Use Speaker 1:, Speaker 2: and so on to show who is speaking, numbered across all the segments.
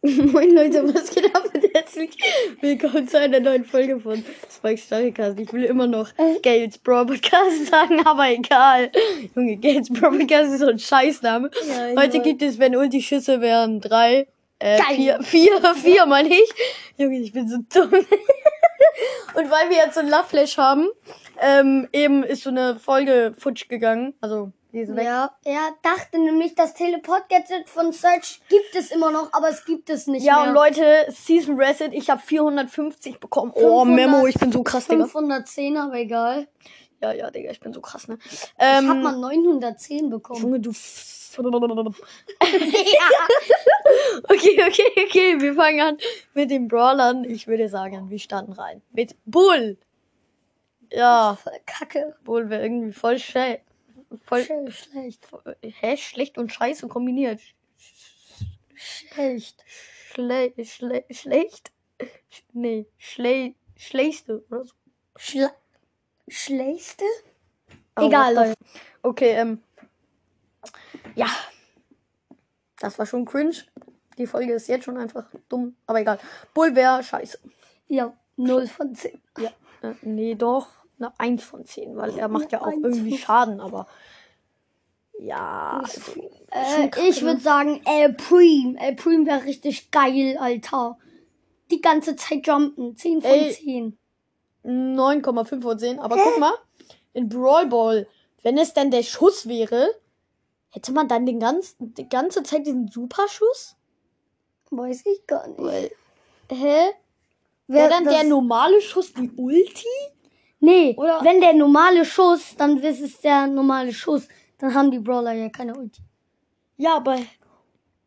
Speaker 1: Moin Leute, was geht ab und herzlich willkommen zu einer neuen Folge von Spike's Starcast. Ich will immer noch
Speaker 2: Äh.
Speaker 1: Gates Bro Podcast sagen, aber egal. Junge, Gates Bro Podcast ist so ein Scheißname.
Speaker 2: Ja, ich
Speaker 1: Heute
Speaker 2: weiß.
Speaker 1: gibt es, wenn Ulti Schüsse wären, drei, äh,
Speaker 2: Geil.
Speaker 1: vier, vier, vier meine ich. Junge, ich bin so dumm. Und weil wir jetzt so ein Love Flash haben, ähm, eben ist so eine Folge futsch gegangen. Also, die ist weg.
Speaker 2: Ja, er dachte nämlich, das Teleport-Gadget von Search gibt es immer noch, aber es gibt es nicht
Speaker 1: Ja,
Speaker 2: mehr.
Speaker 1: und Leute, Season Reset, ich habe 450 bekommen. Oh,
Speaker 2: 500.
Speaker 1: Memo, ich bin so krass, Digga.
Speaker 2: 510, aber egal.
Speaker 1: Ja, ja, Digga, ich bin so krass, ne?
Speaker 2: ich hab
Speaker 1: Ähm,
Speaker 2: mal 910 bekommen.
Speaker 1: Junge, du. f- Okay,
Speaker 2: ja.
Speaker 1: okay, okay, wir fangen an mit den Brawlern. Ich würde sagen, wir starten rein. Mit Bull. Ja,
Speaker 2: Voll Kacke.
Speaker 1: Bull wäre irgendwie voll schä. Voll.
Speaker 2: Schön, schlecht.
Speaker 1: Hä? Schlecht und scheiße kombiniert.
Speaker 2: Schlecht.
Speaker 1: Schle schle schlecht? Sch nee, schle schlechte oder so.
Speaker 2: Schle Schlechtste?
Speaker 1: Oh,
Speaker 2: Egal.
Speaker 1: what the- Okay, ähm. Ja. Das war schon cringe. Die Folge ist jetzt schon einfach dumm, aber egal. Bull wäre scheiße.
Speaker 2: Ja, 0 von 10.
Speaker 1: Ja. Äh, nee, doch. Na, eins von zehn, weil er macht ja auch
Speaker 2: Eins
Speaker 1: irgendwie
Speaker 2: von-
Speaker 1: Schaden, aber. Ja. Also,
Speaker 2: Äh,
Speaker 1: schon kacke, ne?
Speaker 2: ich würde sagen, El Prim. El Prim wäre richtig geil, Alter. Die ganze Zeit jumpen. 10 von
Speaker 1: Ey.
Speaker 2: 10.
Speaker 1: 9,5 von 10. Aber guck mal, in Brawl Ball, wenn es denn der Schuss wäre, hätte man dann den ganz, die ganze Zeit diesen Superschuss?
Speaker 2: Weiß ich gar nicht.
Speaker 1: Weil, hä?
Speaker 2: Wer
Speaker 1: Wäre dann
Speaker 2: das-
Speaker 1: der normale Schuss die Ulti?
Speaker 2: Nee,
Speaker 1: Oder-
Speaker 2: wenn der normale Schuss, dann ist es der normale Schuss. Dann haben die Brawler ja keine Ulti.
Speaker 1: Ja, aber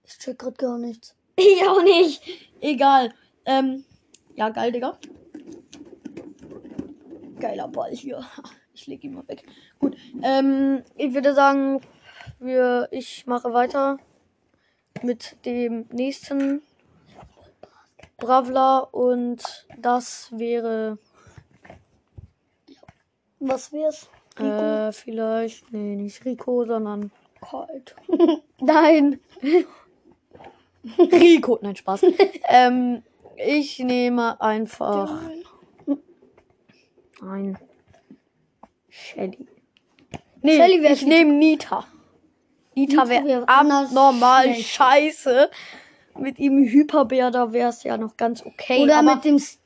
Speaker 2: Ich check grad gar nichts.
Speaker 1: ich auch nicht. Egal. Ähm, ja, geil, Digga. Geiler Ball hier. Ich leg ihn mal weg. Gut. Ähm, ich würde sagen, wir, ich mache weiter mit dem nächsten Bravler und das wäre
Speaker 2: Was wär's?
Speaker 1: äh, vielleicht, nee, nicht Rico, sondern
Speaker 2: Kalt.
Speaker 1: Nein. Rico. Nein, Spaß. ähm, ich nehme einfach ein Shelly. Nee,
Speaker 2: Shelly wär
Speaker 1: ich nehme Nita. Nita
Speaker 2: Nita
Speaker 1: wäre
Speaker 2: wär
Speaker 1: abnormal
Speaker 2: anders schlecht.
Speaker 1: scheiße. Mit ihm Hyperbär, da wäre es ja noch ganz okay.
Speaker 2: Oder
Speaker 1: aber
Speaker 2: mit dem S-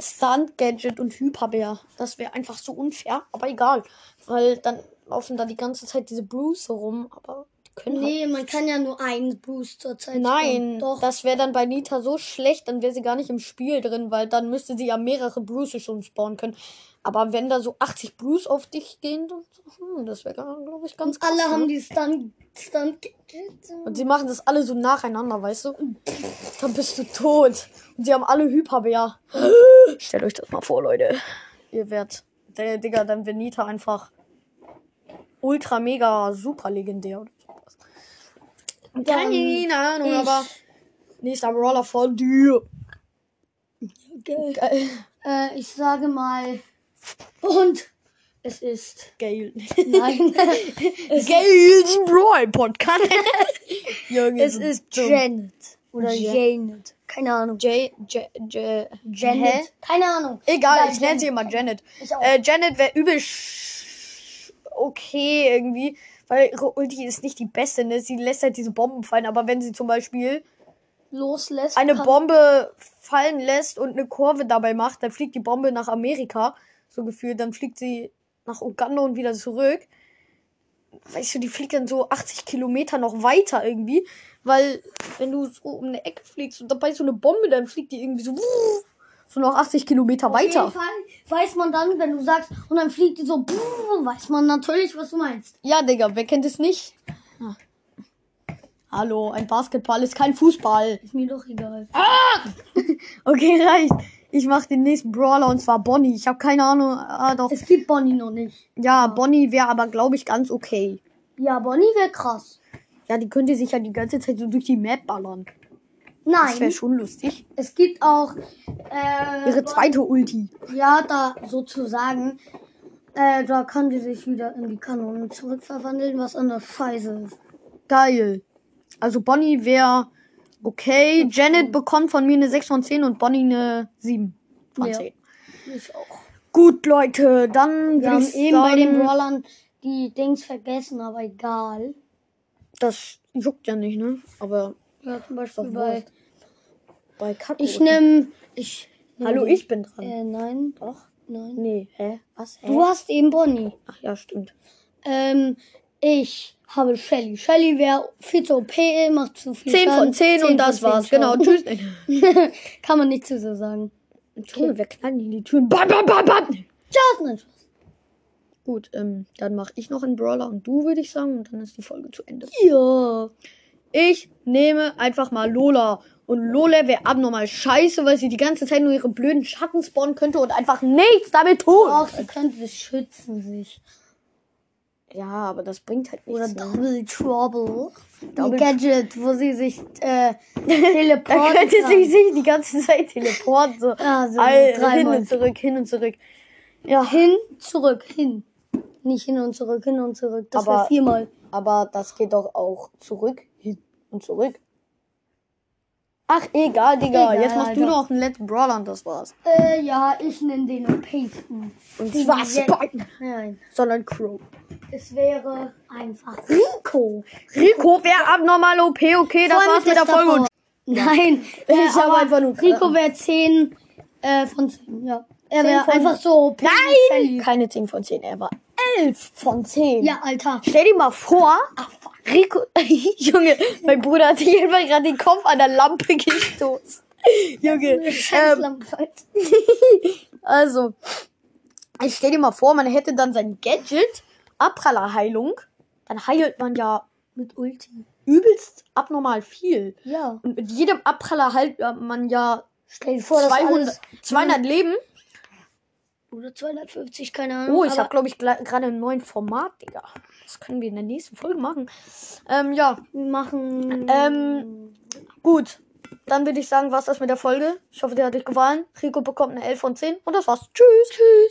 Speaker 1: Stunt Gadget und Hyperbär. Das wäre einfach so unfair, aber egal. Weil dann laufen da die ganze Zeit diese Bruce rum, aber die können halt
Speaker 2: Nee, man kann ja nur einen Boost zur Zeit.
Speaker 1: Äh, Nein,
Speaker 2: spielen. Doch.
Speaker 1: das wäre dann bei Nita so schlecht, dann wäre sie gar nicht im Spiel drin, weil dann müsste sie ja mehrere Bruce schon spawnen können. Aber wenn da so 80 Bruce auf dich gehen, dann, hm, das wäre, glaube ich, ganz
Speaker 2: Und alle
Speaker 1: krass,
Speaker 2: haben
Speaker 1: ne?
Speaker 2: die Stun. Stun
Speaker 1: Und sie machen das alle so nacheinander, weißt du? Dann bist du tot. Und sie haben alle Hyperbär. Stellt euch das mal vor, Leute. Ihr werdet, der Digga, dann wird Nita einfach ultra mega super legendär oder sowas. Keine Ahnung,
Speaker 2: ich-
Speaker 1: aber nächster Brawler von dir.
Speaker 2: okay.
Speaker 1: Geil.
Speaker 2: äh, Ich sage mal. Und es ist.
Speaker 1: Gail.
Speaker 2: Nein.
Speaker 1: Gail's Brawl Podcast. Junge,
Speaker 2: es
Speaker 1: so
Speaker 2: ist
Speaker 1: dumm.
Speaker 2: Janet. Oder
Speaker 1: Jan-
Speaker 2: Janet. Keine Ahnung.
Speaker 1: J, J, J,
Speaker 2: Janet.
Speaker 1: Hä?
Speaker 2: Keine Ahnung.
Speaker 1: Egal,
Speaker 2: Ja,
Speaker 1: ich nenne sie
Speaker 2: Janet.
Speaker 1: immer Janet.
Speaker 2: Ich auch.
Speaker 1: Äh, Janet wäre übel sch- okay irgendwie, weil ihre Ulti ist nicht die beste, ne? Sie lässt halt diese Bomben fallen, aber wenn sie zum Beispiel
Speaker 2: loslässt.
Speaker 1: eine
Speaker 2: kann-
Speaker 1: Bombe fallen lässt und eine Kurve dabei macht, dann fliegt die Bombe nach Amerika, so gefühlt, dann fliegt sie nach Uganda und wieder zurück. Weißt du, die fliegt dann so 80 Kilometer noch weiter irgendwie, weil wenn du so um eine Ecke fliegst und dabei so eine Bombe, dann fliegt die irgendwie so, wuh, so noch 80 Kilometer weiter.
Speaker 2: Auf jeden Fall weiß man dann, wenn du sagst, und dann fliegt die so, pff, weiß man natürlich, was du meinst.
Speaker 1: Ja, Digga, wer kennt es nicht? Ah. Hallo, ein Basketball ist kein Fußball.
Speaker 2: Ist mir doch egal.
Speaker 1: Okay, reicht. Ich mach den nächsten Brawler und zwar Bonnie. Ich habe keine Ahnung. Ah, doch.
Speaker 2: Es gibt Bonnie noch nicht.
Speaker 1: Ja, Bonnie wäre aber, glaube ich, ganz okay.
Speaker 2: Ja, Bonnie wäre krass.
Speaker 1: Ja, die könnte sich ja die ganze Zeit so durch die Map ballern. Das wäre
Speaker 2: Nein,
Speaker 1: schon lustig.
Speaker 2: es gibt auch äh,
Speaker 1: Ihre zweite Ulti.
Speaker 2: Ja, da sozusagen. Äh, da kann die sich wieder in die Kanone zurückverwandeln, was an der Scheiße ist.
Speaker 1: Geil. Also Bonnie wäre Okay, Janet bekommt von mir eine 6 von 10 und Bonnie eine 7 von
Speaker 2: Ja.
Speaker 1: 10.
Speaker 2: Ich auch.
Speaker 1: Gut, Leute, dann würde
Speaker 2: Wir haben
Speaker 1: ich
Speaker 2: eben bei den
Speaker 1: sagen,
Speaker 2: Rollern die Dings vergessen, aber egal.
Speaker 1: das juckt ja nicht, ne? Aber
Speaker 2: Ja, zum
Speaker 1: doch
Speaker 2: Beispiel bei.
Speaker 1: Wurst. Bei Kacke.
Speaker 2: Ich nehme. Ich. nehm
Speaker 1: Hallo,
Speaker 2: die-
Speaker 1: ich bin dran.
Speaker 2: Äh, nein,
Speaker 1: Doch.
Speaker 2: nein.
Speaker 1: Nee, hä? Was? Hä?
Speaker 2: Du hast eben Bonnie.
Speaker 1: Ach ja, stimmt.
Speaker 2: Ähm, ich habe Shelly. Shelly wäre viel zu OP, macht zu viel.
Speaker 1: 10 von
Speaker 2: Schaden.
Speaker 1: 10
Speaker 2: Zehn
Speaker 1: und das
Speaker 2: von
Speaker 1: war's.
Speaker 2: zehn
Speaker 1: Genau,
Speaker 2: Schaden.
Speaker 1: tschüss.
Speaker 2: Kann man nicht zu so sagen.
Speaker 1: Junge, wir knallen hier die Türen. Bam, bam, bam, bam.
Speaker 2: Tschüss, nein, Spaß.
Speaker 1: Gut, ähm, dann mache ich noch einen Brawler und du, würde ich sagen, und dann ist die Folge zu Ende.
Speaker 2: Ja.
Speaker 1: Ich nehme einfach mal Lola. Und Lola wäre abnormal scheiße, weil sie die ganze Zeit nur ihre blöden Schatten spawnen könnte und einfach nichts damit tun.
Speaker 2: Auch sie könnte schützen sich.
Speaker 1: Ja, aber das bringt halt
Speaker 2: Oder
Speaker 1: nichts. ne?
Speaker 2: Double Trouble.
Speaker 1: Double-
Speaker 2: Double Gadget, wo sie sich äh, teleporten
Speaker 1: Da könnte
Speaker 2: kann.
Speaker 1: sie sich die ganze Zeit teleporten. So.
Speaker 2: Ah, so
Speaker 1: All, hin
Speaker 2: dreimal.
Speaker 1: und zurück, hin und zurück.
Speaker 2: Ja. Hin, zurück, hin. Nicht hin und zurück, hin und zurück. Das
Speaker 1: Aber-
Speaker 2: war viermal.
Speaker 1: Aber das geht doch auch zurück, hin und zurück. Ach, egal, Digga.
Speaker 2: Egal,
Speaker 1: Jetzt machst du
Speaker 2: Alter.
Speaker 1: noch einen letzten Brawler und das war's.
Speaker 2: Äh, ja, ich nenne den OP-sten.
Speaker 1: Und
Speaker 2: Die
Speaker 1: zwar
Speaker 2: Jet-
Speaker 1: Spike,
Speaker 2: Nein,
Speaker 1: sondern Crow.
Speaker 2: es wäre einfach Rico.
Speaker 1: Rico wäre abnormal OP, okay, das
Speaker 2: Voll
Speaker 1: war's mit der
Speaker 2: Star
Speaker 1: Folge. Und
Speaker 2: Power. Nein,
Speaker 1: Ich
Speaker 2: äh,
Speaker 1: habe
Speaker 2: aber
Speaker 1: einfach nur-
Speaker 2: Rico wäre 10 äh, von 10, ja. Er
Speaker 1: Zehn
Speaker 2: wäre
Speaker 1: von-
Speaker 2: einfach so OP.
Speaker 1: Nein! Keine 10 von 10, er war 11 von 10.
Speaker 2: Ja, Alter.
Speaker 1: Stell dir mal vor, Rico, Junge, mein Bruder hat sich einfach gerade den Kopf an der Lampe gestoßen. Junge, ähm,
Speaker 2: Scheißlampheit.
Speaker 1: Also, ich stell dir mal vor, man hätte dann sein Gadget, Abprallerheilung, dann heilt man ja
Speaker 2: Mit Ulti.
Speaker 1: übelst abnormal viel.
Speaker 2: Ja.
Speaker 1: Und mit jedem Abpraller heilt äh, man ja
Speaker 2: Stell dir vor, das
Speaker 1: 200,
Speaker 2: alles...
Speaker 1: 200 Leben.
Speaker 2: Oder 250, keine Ahnung.
Speaker 1: Oh, ich habe,
Speaker 2: Mhm, aber
Speaker 1: glaube ich, gra- gerade einen neuen Format, Digga. Das können wir in der nächsten Folge machen. Ähm, ja,
Speaker 2: wir machen...
Speaker 1: Ähm, gut. Dann würde ich sagen, war's das mit der Folge. Ich hoffe, dir hat euch gefallen. Rico bekommt eine 11 von 10. Und das war's. Tschüss. Tschüss.